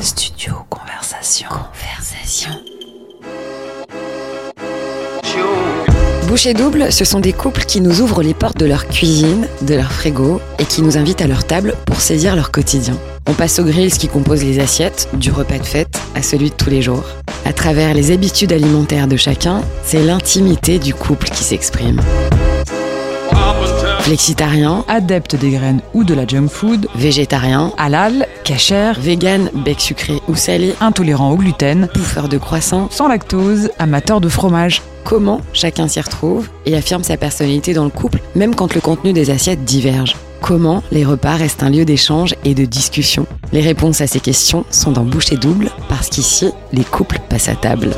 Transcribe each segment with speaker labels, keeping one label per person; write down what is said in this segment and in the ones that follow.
Speaker 1: Studio Conversation. Conversation.
Speaker 2: Boucher double, ce sont des couples qui nous ouvrent les portes de leur cuisine, de leur frigo et qui nous invitent à leur table pour saisir leur quotidien. On passe aux grilles qui composent les assiettes, du repas de fête à celui de tous les jours. À travers les habitudes alimentaires de chacun, c'est l'intimité du couple qui s'exprime. Flexitarien,
Speaker 3: adepte des graines ou de la junk food,
Speaker 2: végétarien,
Speaker 3: halal, kasher,
Speaker 2: vegan, bec sucré ou salé,
Speaker 3: intolérant au gluten,
Speaker 2: bouffeur de croissants,
Speaker 3: sans lactose, amateur de fromage.
Speaker 2: comment chacun s'y retrouve et affirme sa personnalité dans le couple, même quand le contenu des assiettes diverge. Comment les repas restent un lieu d'échange et de discussion. Les réponses à ces questions sont dans bouchée double, parce qu'ici, les couples passent à table.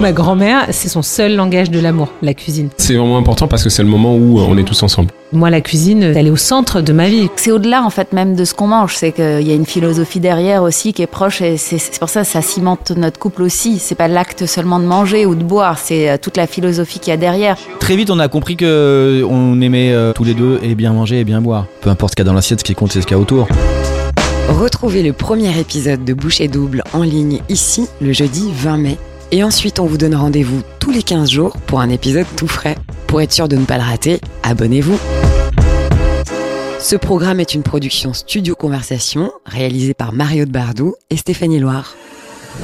Speaker 4: Ma grand-mère, c'est son seul langage de l'amour, la cuisine.
Speaker 5: C'est vraiment important parce que c'est le moment où euh, on est tous ensemble.
Speaker 4: Moi, la cuisine, elle est au centre de ma vie.
Speaker 6: C'est au-delà en fait même de ce qu'on mange, c'est qu'il y a une philosophie derrière aussi qui est proche et c'est- c'est pour ça que ça cimente notre couple aussi. C'est pas l'acte seulement de manger ou de boire, c'est euh, toute la philosophie qu'il y a derrière.
Speaker 7: Très vite, on a compris que on aimait euh, tous les deux et bien manger et bien boire. Peu importe ce qu'il y a dans l'assiette, ce qui compte, c'est ce qu'il y a autour.
Speaker 2: Retrouvez le premier épisode de Bouchée double en ligne ici, le jeudi 20 mai. Et ensuite, on vous donne rendez-vous tous les 15 jours pour un épisode tout frais. Pour être sûr de ne pas le rater, abonnez-vous. Ce programme est une production Studio Conversation, réalisée par Mario de Bardou et Stéphanie Loire.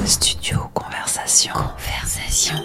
Speaker 1: Studio Conversation. Conversation.